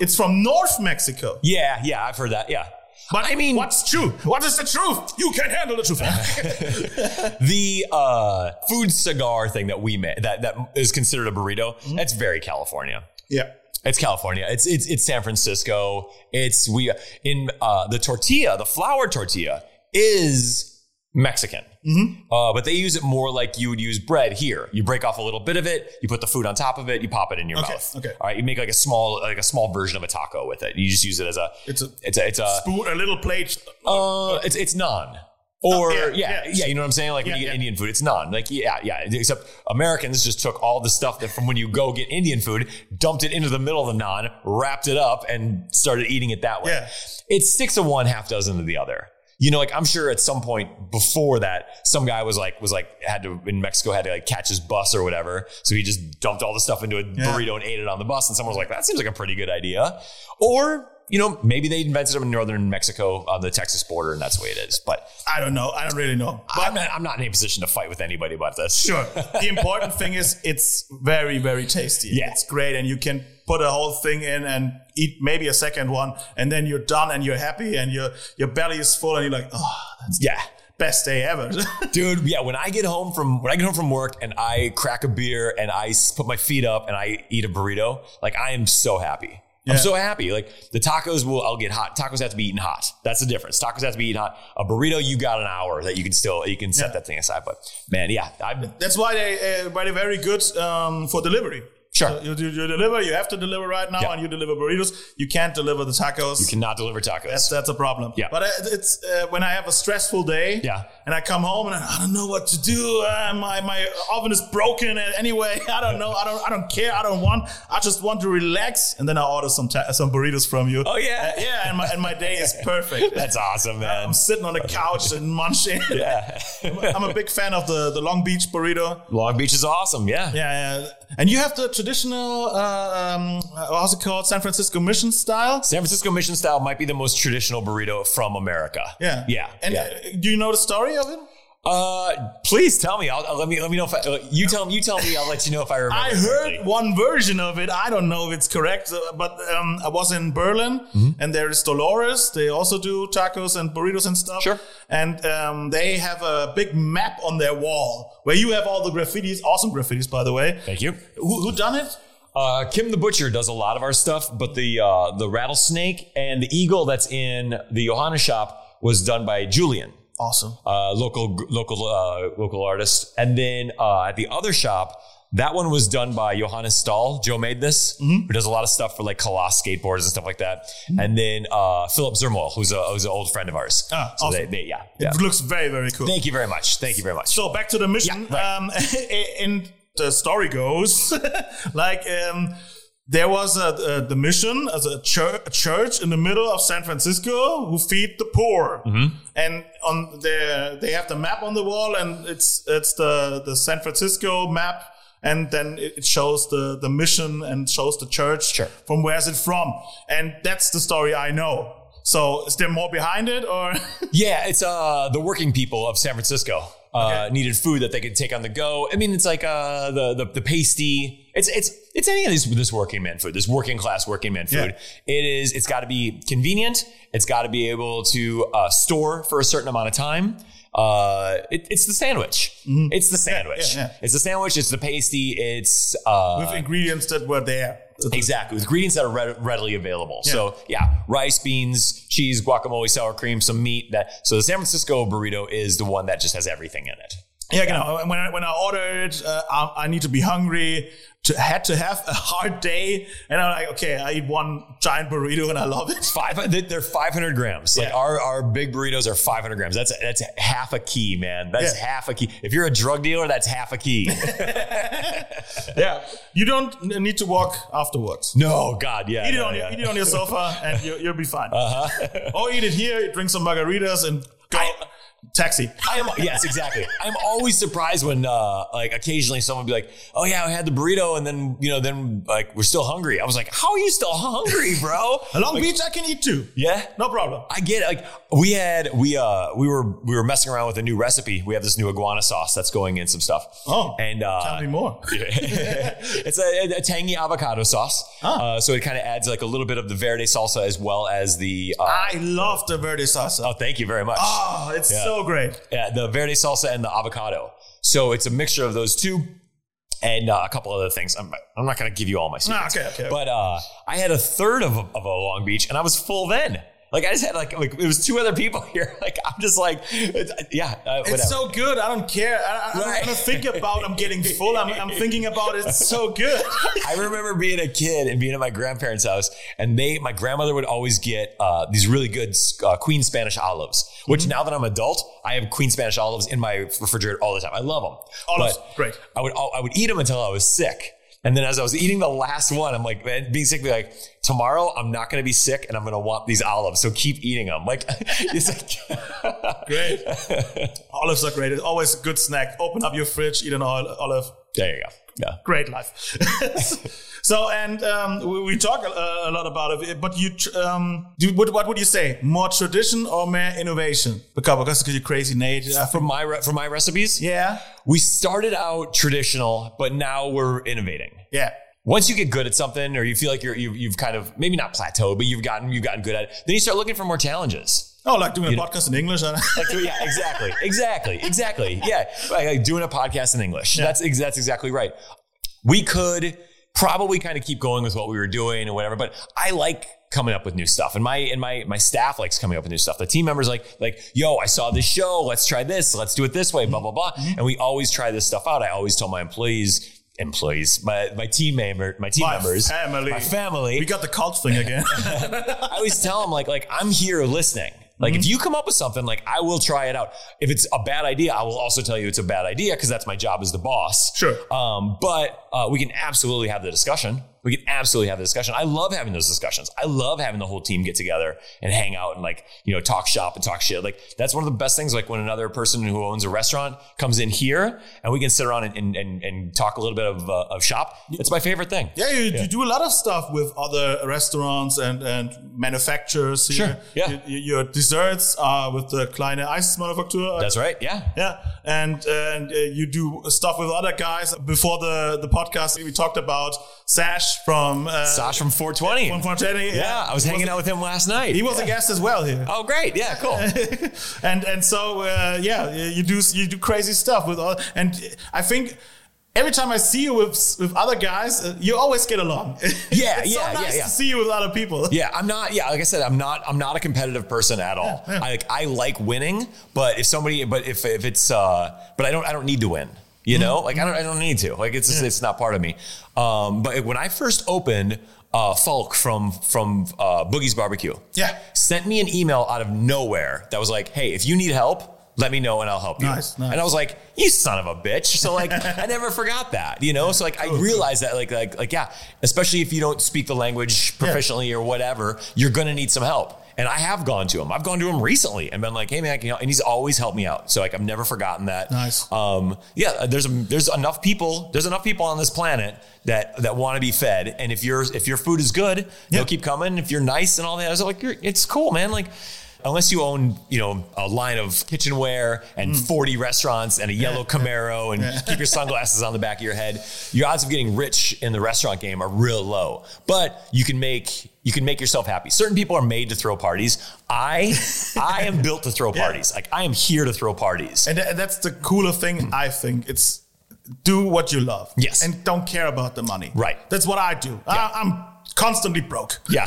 It's from North Mexico. Yeah, yeah, I've heard that. Yeah. But I mean- what's true? What is the truth? You can handle the truth. The uh, food cigar thing that we made that, that is considered a burrito, Mm-hmm. that's very California. yeah. It's California. It's it's it's San Francisco. It's we in uh, the tortilla, the flour tortilla is Mexican, Mm-hmm. uh, but they use it more like you would use bread here. You break off a little bit of it, you put the food on top of it, you pop it in your Okay, mouth. okay. All right, you make like a small like a small version of a taco with it. You just use it as a It's a- it's a it's a Spoon, a little plate. uh, it's it's naan. Or Oh, yeah, yeah, yeah, yeah. you know what I'm saying? Like when Yeah, you get yeah. Indian food, it's naan. Like yeah, yeah. Except Americans just took all the stuff that from when you go get Indian food, dumped it into the middle of the naan, wrapped it up, and started eating it that way. Yeah. It's six of one, half dozen of the other. you know, like I'm sure at some point before that, some guy was like, was like, had to in Mexico had to like catch his bus or whatever. So he just dumped all the stuff into a burrito and ate it on the bus. And someone was like, that seems like a pretty good idea. Or, you know, maybe they invented them in northern Mexico on the Texas border, and that's the way it is. But I don't know. I don't really know. I'm not, I'm not in a position to fight with anybody about this. Sure. the important thing is it's very, very tasty. Yeah. It's great. And you can put a whole thing in and eat maybe a second one and then you're done and you're happy and your your belly is full and you're like, oh, that's Yeah. the best day ever. Dude, yeah. When I get home from when I get home from work and I crack a beer and I s- put my feet up and I eat a burrito, like I am so happy. Yeah. I'm so happy. Like the tacos will, I'll get hot. Tacos have to be eaten hot. That's the difference. Tacos have to be eaten hot. A burrito, you got an hour that you can still you can set Yeah. that thing aside. But man, yeah, I'm that's why they uh, why they're very good um, for delivery. Sure. So you, you, you deliver, you have to deliver right now Yeah. and you deliver burritos. You can't deliver the tacos. you cannot deliver tacos. That's that's a problem. Yeah. But uh, it's uh, when I have a stressful day. Yeah. And I come home and I, I don't know what to do. Uh, my my oven is broken uh, anyway. I don't know. I don't I don't care. I don't want. I just want to relax. And then I order some ta- some burritos from you. Oh, yeah. Uh, yeah. And my and my day is perfect. That's awesome, man. I'm sitting on the couch and munching. yeah, I'm a big fan of the the Long Beach burrito. Long Beach is awesome. Yeah, Yeah, yeah. And you have the traditional, uh, um, uh, how's it called, San Francisco mission style. San Francisco Mission style might be the most traditional burrito from America. Yeah, yeah. And yeah. uh, do you know the story of it? Uh, please tell me. I'll, I'll- let me let me know if I, uh, you tell me. You tell me. I'll let you know if I remember. I heard one version of it. I don't know if it's correct, uh, but um, I was in Berlin, Mm-hmm. and there is Dolores. They also do tacos and burritos and stuff. Sure. And um, they have a big map on their wall where you have all the graffitis, awesome graffitis, by the way. Thank you. Who, who done it? Uh, Kim the Butcher does a lot of our stuff, but the uh, the rattlesnake and the eagle that's in the Johanna shop was done by Julian, Awesome. uh, local local uh, local artist. And then uh, at the other shop, that one was done by Johannes Stahl. Joe made this, Mm-hmm. who does a lot of stuff for like Coloss skateboards and stuff like that. And then uh, Philip Zermol, who's a who's an old friend of ours. Ah, so awesome. they, they, yeah, yeah. It looks very, very cool. Thank you very much. Thank you very much. So back to the mission. Yeah, right. um, and the story goes like um, there was a, a the mission as a, chur- a church in the middle of San Francisco who feed the poor, Mm-hmm. and on the they have the map on the wall, and it's it's the the San Francisco map. And then it it shows the, the mission and shows the church Sure. from where's it from, and that's the story I know. So is there more behind it, or Yeah, it's uh, the working people of San Francisco uh, needed food that they could take on the go. I mean, it's like uh, the, the the pasty. It's it's it's any of this this working man food, this working class working man food. It is. It's got to be convenient. It's got to be able to uh, store for a certain amount of time. Uh, it, it's the sandwich. It's the sandwich. Mm-hmm. yeah. It's the sandwich. It's the pasty. It's uh, with ingredients that were there? Exactly, with ingredients that are read- readily available. So yeah, rice, beans, cheese, guacamole, sour cream, some meat. That so the San Francisco burrito is the one that just has everything in it. Yeah, genau. And When I, when I order it, uh, I, I need to be hungry. To, had to have a hard day, and I'm like, okay, I eat one giant burrito and I love it. Five, they- they're 500 grams. Like Yeah. our our big burritos are 500 grams. That's that's half a key, man. That's Yeah. half a key. If you're a drug dealer, that's half a key. Yeah, you don't n- need to walk afterwards. no, God, yeah, Eat it no, on your, yeah. Uh-huh. eat it on your sofa, and you, you'll be fine. or eat it here, drink some margaritas, and go taxi. I am yes, exactly. I'm always surprised when uh, like occasionally someone would be like, "Oh yeah, I had the burrito," and then you know, then like we're still hungry. I was like, "How are you still hungry, bro?" A Long Beach, I can eat too. Yeah. No problem. I get it. like we had we uh we were we were messing around with a new recipe. We have this new iguana sauce that's going in some stuff. Oh, and Tell me uh, more. it's a, a tangy avocado sauce. Oh. Uh, so it kind of adds like a little bit of the verde salsa as well as the. Uh, I love the verde salsa. oh, thank you very much. Oh, it's so great. Yeah, uh, the verde salsa and the avocado. So it's a mixture of those two and uh, a couple other things. I'm I'm not going to give you all my secrets. Ah, okay, okay. But uh, I had a third of, of a Long Beach, and I was full then. Like I just had like, like it was two other people here. Like I'm just like, it's, yeah, uh, whatever. It's so good. I don't care. I, I, I Right. don't think about I'm getting full. I'm, I'm thinking about it's so good. I remember being a kid and being at my grandparents' house, and they, my grandmother would always get uh, these really good uh, Queen Spanish olives. Mm-hmm. Which now that I'm adult, I have Queen Spanish olives in my refrigerator all the time. I love them. Olives, great. I would I would eat them until I was sick, and then as I was eating the last one, I'm like, man, being sick, be like, tomorrow I'm not going to be sick and I'm going to want these olives. So keep eating them. Like, it's like, Great. Olives are great. It's always a good snack. Open up your fridge, eat an ol- olive. there you go. Yeah. Great life. so, and um, we, we talk a, a lot about it, but you, tr- um, do, what, what would you say? More tradition or more innovation? Because, because you're crazy, Nate. I think- From my, re- from my recipes, Yeah. we started out traditional, but now we're innovating. Yeah. once you get good at something or you feel like you're, you've, you've kind of maybe not plateaued, but you've gotten, you've gotten good at it, then you start looking for more challenges. Oh, like doing a podcast in English. and- Like, yeah, exactly, exactly, exactly. Yeah. Like, like doing a podcast in English. That's, ex- that's exactly right. We could probably kind of keep going with what we were doing and whatever, but I like coming up with new stuff and my, and my, my staff likes coming up with new stuff. The team members like, like, yo, I saw this show. Let's try this. Let's do it this way, blah, blah, blah. Mm-hmm. And we always try this stuff out. I always tell my employees, employees, my, my team member, my team My members, family. my family, we got the cult thing again. I always tell them like like I'm here listening. Like Mhm. if you come up with something, like I will try it out. If it's a bad idea, I will also tell you it's a bad idea because that's my job as the boss. Sure. Um, but uh, we can absolutely have the discussion. We can absolutely have the discussion. I love having those discussions. I love having the whole team get together and hang out and like you know talk shop and talk shit. Like that's one of the best things. Like when another person who owns a restaurant comes in here and we can sit around and and and, and talk a little bit of uh, of shop. It's my favorite thing. Yeah, you, you do a lot of stuff with other restaurants and, and manufacturers. Here. Sure, yeah. You- you- your desserts are with the Kleine Eismanufaktur. That's right. Yeah. yeah, and and uh, you do stuff with other guys. Before the the podcast, we talked about Sash from uh, Sash from 420. from Fontana. Yeah, Yeah, I was hanging out with him last night. He was a guest as well here. Oh, great! Yeah, cool. and and so uh, yeah, you do you do crazy stuff with all. And I think every time I see you with with other guys, uh, you always get along. Yeah, it's yeah, so yeah, nice yeah. to see you with other people. yeah, I'm not. Yeah, like I said, I'm not. I'm not a competitive person at all. I like. I like winning, but if somebody, but if if it's, uh, but I don't. I don't need to win. You Mm-hmm. know, like I don't. I don't need to. Like it's. Just, It's not part of me. Um, but when I first opened. Uh, Falk from from uh, Boogie's Barbecue, Yeah. sent me an email out of nowhere that was like, "Hey, if you need help, let me know and I'll help you." Nice, nice. And I was like, "You son of a bitch!" So like, I never forgot that, you know. So like, I realized that like like like yeah, especially if you don't speak the language proficiently or whatever, you're gonna need some help. And I have gone to him. I've gone to him recently and been like, "Hey man, I can help." And he's always helped me out. So like, I've never forgotten that. Nice. Um, yeah, there's there's enough people. There's enough people on this planet that that want to be fed. And if your if your food is good, they'll keep coming. If you're nice and all that, I was like, you're, it's cool, man. Like. Unless you own, you know, a line of kitchenware and 40 restaurants and a yellow Camaro and keep your sunglasses on the back of your head, your odds of getting rich in the restaurant game are real low. But you can make you can make yourself happy. Certain people are made to throw parties. I I am built to throw parties. Like I am here to throw parties. And tha- that's the cooler thing, I think. It's do what you love. Mm. Yes. And don't care about the money. Right. That's what I do. I, I'm constantly broke. Yeah.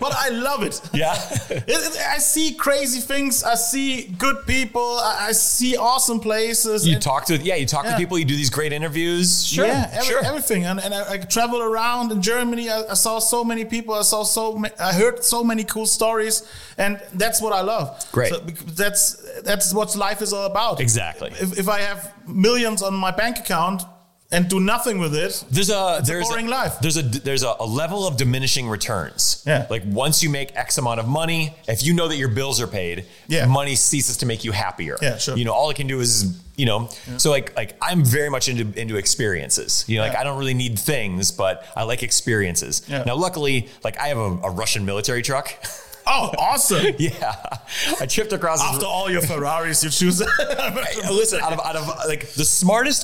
but I love it. yeah. It- it- I see crazy things. I see good people. I, I see awesome places. You and- talk to yeah, you talk to Yeah. people. You do these great interviews. Sure, yeah, every- sure. everything. And, and I, I traveled around in Germany. I, I saw so many people. I saw so ma- I heard so many cool stories, and that's what I love. Great. So, bec- that's that's what life is all about. Exactly. If, if I have millions on my bank account and do nothing with it, there's a there's boring a, life. There's a there's a, a level of diminishing returns. Yeah. Like once you make X amount of money, if you know that your bills are paid, Yeah. money ceases to make you happier. Yeah, sure. You know, all it can do is you know. So like like I'm very much into into experiences. You know, like Yeah. I don't really need things, but I like experiences. Yeah. Now, luckily, like I have a, a Russian military truck. oh, awesome! yeah, I tripped across this- After all your Ferraris, you choose. I- listen, out of out of like the smartest,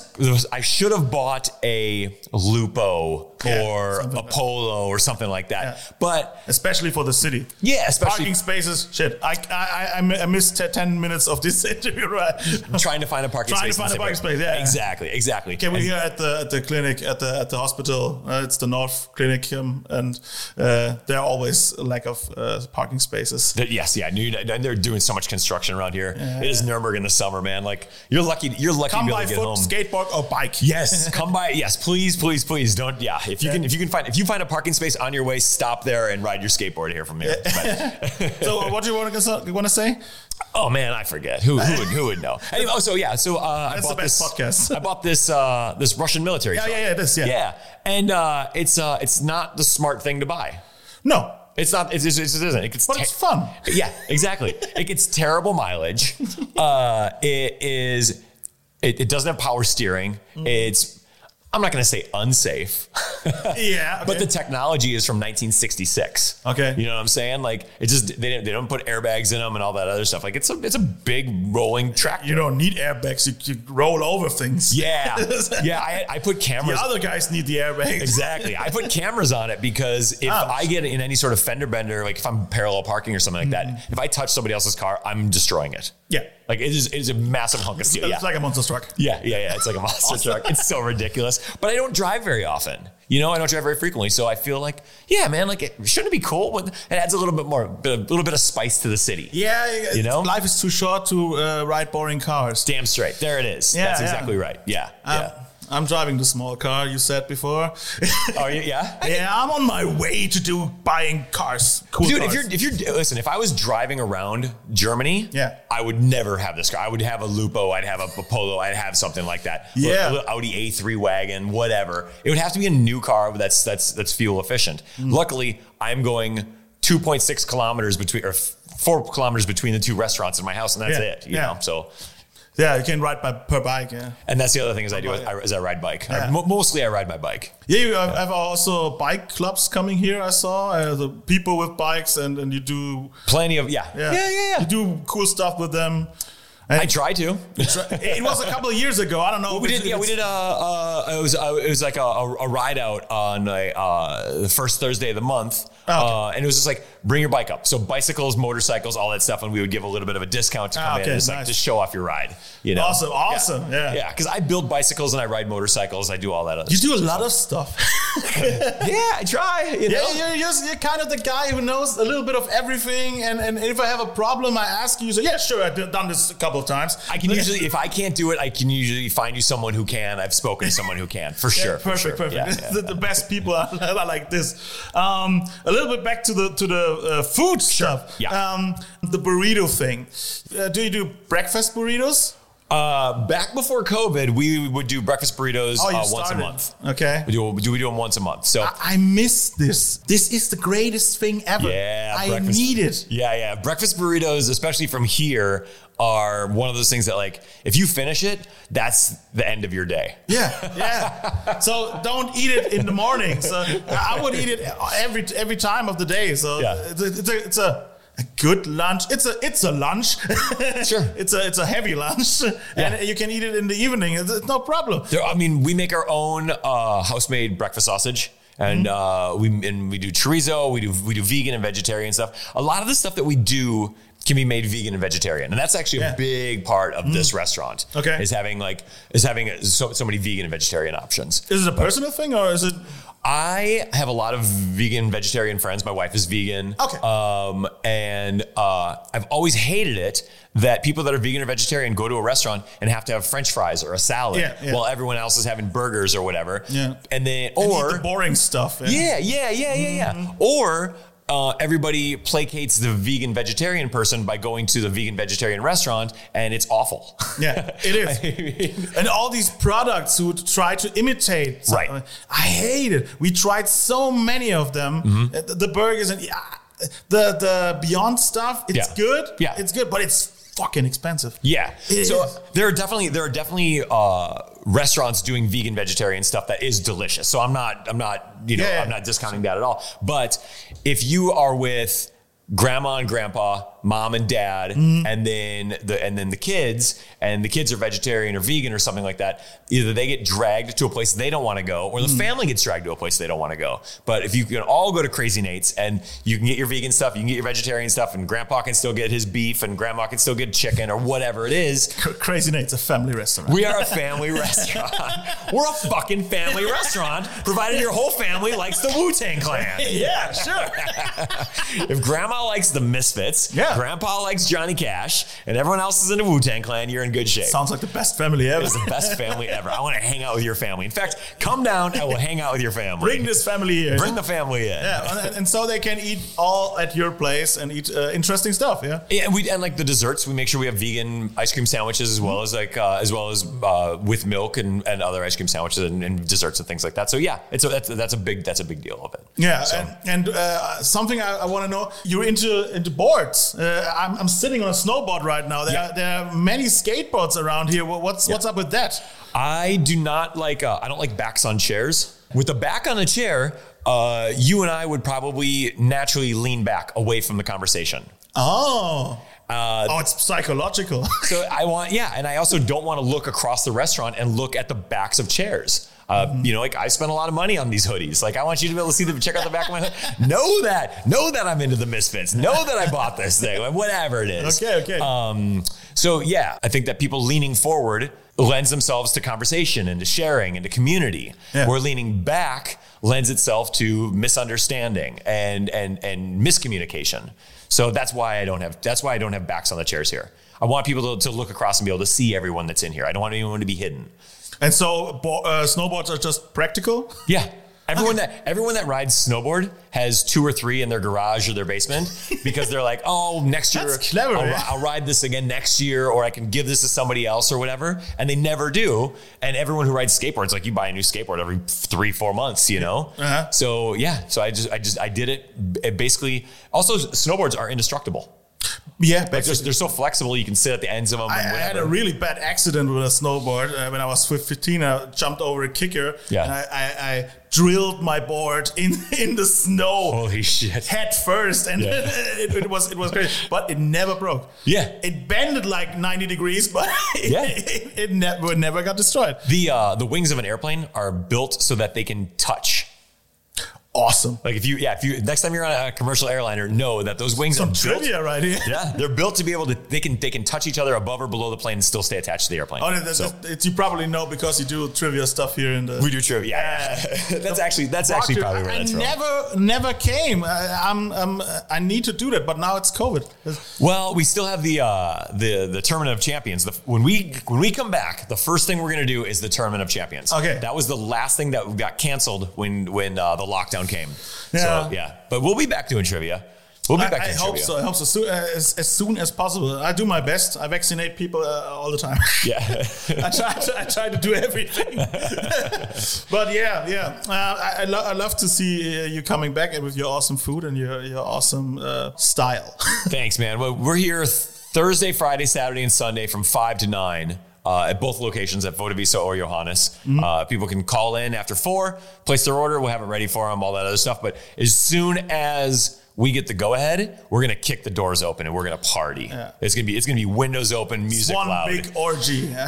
I should have bought a Lupo Yeah, or a something like that. Polo or something like that. Yeah. But Especially for the city. yeah, especially Parking spaces, shit. I I, I, I mi- I missed te- ten minutes of this interview. Right? trying to find a parking Trying to space. in find the a same parking way. space, yeah. uh, exactly, exactly. Yeah, we're And here at the at the clinic at the at the hospital. Uh, it's the North Clinic, um, and uh, there are always a lack of uh, parking spaces. th- yes, yeah, new, and they're doing so much construction around here. it is Nuremberg in the summer, man. Like you're lucky, you're lucky Come to be able by to foot, get home. skateboard, or bike. Yes, come by. Yes, please, please, please don't. Yeah, if you can, if you can find, if you find a parking space on your way, stop there and ride your skateboard here from here. But- So, uh, what do you want to want to say? Oh man, I forget who who would, who would know. Anyway, oh, so yeah, so uh, I That's bought the best this podcast. I bought this uh, this Russian military. Yeah, truck. yeah, yeah. This, yeah. yeah, and uh, it's uh, it's not the smart thing to buy. No, It's not. It's, it's, it isn't. It gets but te- it's fun. Yeah, exactly. it gets terrible mileage. Uh, it is. It, it doesn't have power steering. Mm. It's. I'm not going to say unsafe, Yeah, okay. but the technology is from 1966. Okay. you know what I'm saying? Like it just they didn't, they don't put airbags in them and all that other stuff. Like it's a it's a big rolling tractor. you don't need airbags. You, you roll over things. yeah, yeah. I, I put The cameras. other guys need the airbags. Exactly. I put cameras on it because if Ah. I get in any sort of fender bender, like if I'm parallel parking or something like Mm-hmm. that, if I touch somebody else's car, I'm destroying it. Yeah. Like it is, it is a massive hunk of steel. Yeah. It's like a monster truck. yeah, yeah, yeah. It's like a monster truck. It's so ridiculous. But I don't drive very often. You know, I don't drive very frequently. So I feel like, yeah, man, like it shouldn't it be cool. But it adds a little bit more, a little bit of spice to the city. Yeah, it's- know? life is too short to uh, ride boring cars. Damn straight. There it is. Yeah, Um, That's yeah. exactly right. Yeah. I'm- yeah. I'm driving the small car you said before. Are you? Oh, Yeah. yeah, I'm on my way to do buying cars. Cool Dude, cars. if you're if you're listen, if I was driving around Germany, Yeah. I would never have this car. I would have a Lupo, I'd have a, a Polo, I'd have something like that. A Yeah. little Audi A3 wagon, whatever. It would have to be a new car that's that's that's fuel efficient. Mm. Luckily, I'm going 2.6 kilometers between or f- four kilometers between the two restaurants in my house, and that's Yeah, it. You yeah. know, so. yeah, you can ride by per bike. Yeah, And that's the other thing is I do is I, is I ride bike. I- Yeah. mo- mostly I ride my bike. yeah. You have, have also bike clubs coming here. I saw uh, the people with bikes, and and you do Plenty of yeah yeah, yeah yeah. you yeah. do cool stuff with them. I try to. It was a couple of years ago. I don't know. We did, yeah, we did. A, uh, it was uh, it was like a, a, a ride out on a, uh, the first Thursday of the month, Oh, uh, and it was just like bring your bike up. So bicycles, motorcycles, all that stuff, and we would give a little bit of a discount to come Ah, in, okay, and just like nice. just show off your ride. You know, Awesome, awesome, yeah. yeah. Because I build bicycles and I ride motorcycles. I do all that. Other You do a lot of stuff. yeah, I try. You know? Yeah, you're, you're, you're kind of the guy who knows a little bit of everything. And, and if I have a problem, I ask you. So yeah, sure, I've done this a couple of times. I can usually, if I can't do it, I can usually find you someone who can. I've spoken to someone who can, for sure. for Perfect, sure. perfect. Yeah, yeah. the, the best people are, are like this. Um, a little bit back to the to the uh, food stuff. yeah. Um, the burrito thing. Uh, do you do breakfast burritos? Uh, back before COVID, we would do breakfast burritos Oh, you uh, once a started. month. Okay. We do, we do we do them once a month? So I miss this. This is the greatest thing ever. Yeah, I breakfast- need it. Yeah, yeah. Breakfast burritos, especially from here, are one of those things that like if you finish it, that's the end of your day. Yeah, yeah. so don't eat it in the morning. So I would eat it every every time of the day. So Yeah. it's, a, it's, a, it's a a good lunch. It's a it's a lunch. Sure. It's a it's a heavy lunch, and you can eat it in the evening. It's, it's no problem. There, I mean, we make our own uh, house-made breakfast sausage. And Mm-hmm. uh, we and we do chorizo, we do we do vegan and vegetarian stuff. A lot of the stuff that we do can be made vegan and vegetarian, and that's actually Yeah. Mm. a big part of this restaurant. Okay. is having like is having so, so many vegan and vegetarian options. Is it a personal thing or is it? I have a lot of vegan, vegetarian friends. My wife is vegan. Okay. Um, and uh, I've always hated it that people that are vegan or vegetarian go to a restaurant and have to have French fries or a salad Yeah, yeah. while everyone else is having burgers or whatever. Yeah. And then, And eat or the boring stuff. Mm-hmm. yeah, yeah, yeah, yeah, yeah. Or uh, everybody placates the vegan vegetarian person by going to the vegan vegetarian restaurant, and it's awful. Yeah, it is. and all these products who try to imitate. Right. I hate it. We tried so many of them. Mm-hmm. Uh, The, the burgers and yeah, the the Beyond stuff. It's Yeah. good. Yeah. it's good, but it's fucking expensive. Yeah. It so is. there are definitely there are definitely uh, restaurants doing vegan vegetarian stuff that is delicious. So I'm not I'm not you know Yeah, yeah. I'm not discounting that at all. But if you are with grandma and grandpa, mom and dad, and then the and then the kids, and the kids are vegetarian or vegan or something like that, either they get dragged to a place they don't want to go, or the family gets dragged to a place they don't want to go. But if you can all go to Crazy Nate's and you can get your vegan stuff, you can get your vegetarian stuff, and grandpa can still get his beef and grandma can still get chicken or whatever it is. C- Crazy Nate's a family restaurant. We are a family restaurant. We're a fucking family restaurant, provided your whole family likes the Wu Tang Clan. yeah, sure. If grandma likes the Misfits, Yeah. grandpa likes Johnny Cash, and everyone else is into Wu Tang Clan, you're in good shape. Sounds like the best family ever. It's the best family ever. I want to hang out with your family. In fact, come down. I will hang out with your family. Bring this family here. Bring the family in. yeah, and, and so they can eat all at your place and eat uh, interesting stuff. Yeah. Yeah, we and like the desserts, we make sure we have vegan ice cream sandwiches as well as like uh, as well as uh, with milk and, and other ice cream sandwiches and, and desserts and things like that. So yeah, it's a, that's, that's a big that's a big deal of it. Yeah, and, and uh, something I, I want to know: you're into into boards. Uh, I'm, I'm sitting on a snowboard right now. There, Yeah. are, there are many skateboards around here. Wha- What's what's up with that? I do not like. Uh, I don't like backs on chairs. With a back on a chair, uh, you and I would probably naturally lean back away from the conversation. Oh, oh, it's psychological. So I want, yeah, and I also don't want to look across the restaurant and look at the backs of chairs. Uh, You know, like I spent a lot of money on these hoodies. Like I want you to be able to see the check out the back of my hood. Know that, know that I'm into the misfits. Know that I bought this thing, like, whatever it is. okay, okay. Um, so yeah, I think that people leaning forward lends themselves to conversation and to sharing and to community. Yeah. Where leaning back lends itself to misunderstanding and and and miscommunication. So that's why I don't have that's why I don't have backs on the chairs here. I want people to, to look across and be able to see everyone that's in here. I don't want anyone to be hidden. and so bo- uh, snowboards are just practical. Yeah. Everyone that everyone that rides snowboard has two or three in their garage or their basement because they're like, oh, next year That's clever, I'll, ri- yeah. I'll ride this again next year, or I can give this to somebody else or whatever, and they never do. And everyone who rides skateboards, like you buy a new skateboard every three four months, you know. Uh-huh. So yeah, so I just I just I did it. It basically also snowboards are indestructible. Yeah, Like they're, they're so flexible, you can sit at the ends of them. I, I and had whatever. a really bad accident with a snowboard uh, when I was 15. I jumped over a kicker. Yeah. And I, I, I drilled my board in, in the snow. Holy shit. Head first, and Yeah. it, it was it was crazy, but it never broke. Yeah. it bended like ninety degrees, but it, Yeah. it, it never never got destroyed. the uh, the wings of an airplane are built so that they can touch. Awesome, Like if you, yeah, if you next time you're on a commercial airliner, know that those wings are some built. trivia right here. Yeah, they're built to be able to. They can they can touch each other above or below the plane and still stay attached to the airplane. Oh, no, that's, So- it's, you probably know because you do trivia stuff here in the. we do trivia. Yeah, yeah. that's actually that's actually Doctor, probably where I, that's I from. never never came. I, I'm, I'm I need to do that, but now it's COVID. It's- Well, we still have the uh, the the tournament of champions. The, when we when we come back, the first thing we're going to do is the tournament of champions. Okay. that was the last thing that got canceled when when uh, the lockdown came. Yeah. so, yeah. But we'll be back doing trivia. We'll be I, back I doing hope trivia. so. I hope so. Soon, uh, as, as soon as possible. I do my best. I vaccinate people uh, all the time. Yeah. I try, to, I try to do everything. but yeah, yeah. Uh, I, I, lo- I love to see uh, you coming back with your awesome food and your, your awesome uh, style. Thanks, man. Well, we're here th- Thursday, Friday, Saturday, and Sunday from 5 to 9 uh, at both locations at Vodavisa or Johannes. Uh, people can call in after 4, place their order. We'll have it ready for them, all that other stuff. But as soon as we get the go ahead, we're going to kick the doors open and we're going to party. It's going to be it's going to be windows open, music One loud. big orgy yeah.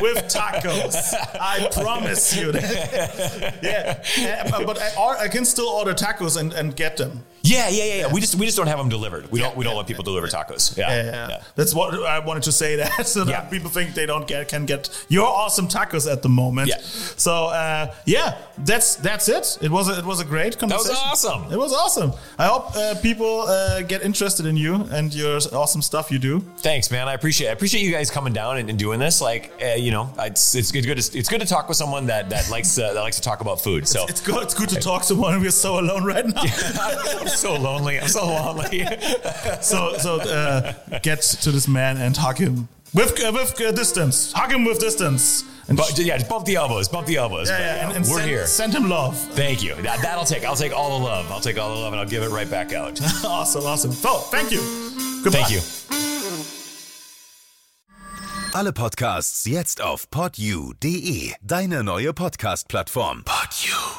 with tacos. I promise you that. yeah, Yeah, but- but I, or- I can still order tacos and, and get them. yeah, yeah, yeah, yeah, We just we just don't have them delivered. We don't we don't let people deliver tacos. Yeah. Yeah, yeah. That's what I wanted to say. That so Yeah. that people think they don't get can get your awesome tacos at the moment. Yeah. So uh, yeah, that's that's it. It was a, it was a great was conversation. awesome. It was awesome. I hope uh, people uh, get interested in you and your awesome stuff you do. Thanks, man. I appreciate. I appreciate you guys coming down and, and doing this. Like, uh, you know, it's it's good. good to, it's good to talk with someone that that likes uh, that likes to talk about food. So It's good. It's good to talk to one. We're so alone right now. I'm so lonely. I'm so lonely. so so uh, get to this man and hug him with uh, with uh, distance. Hug him with distance. And but yeah, just bump the elbows. Bump the elbows. yeah, But, yeah, uh, and, and we're send, here. send him love. Thank you. That, that'll take. I'll take all the love. I'll take all the love, and I'll give it right back out. awesome, awesome. So, thank you. Goodbye. Thank you. Alle Podcasts jetzt auf podyou.de, deine neue Podcast-Plattform. Podyou.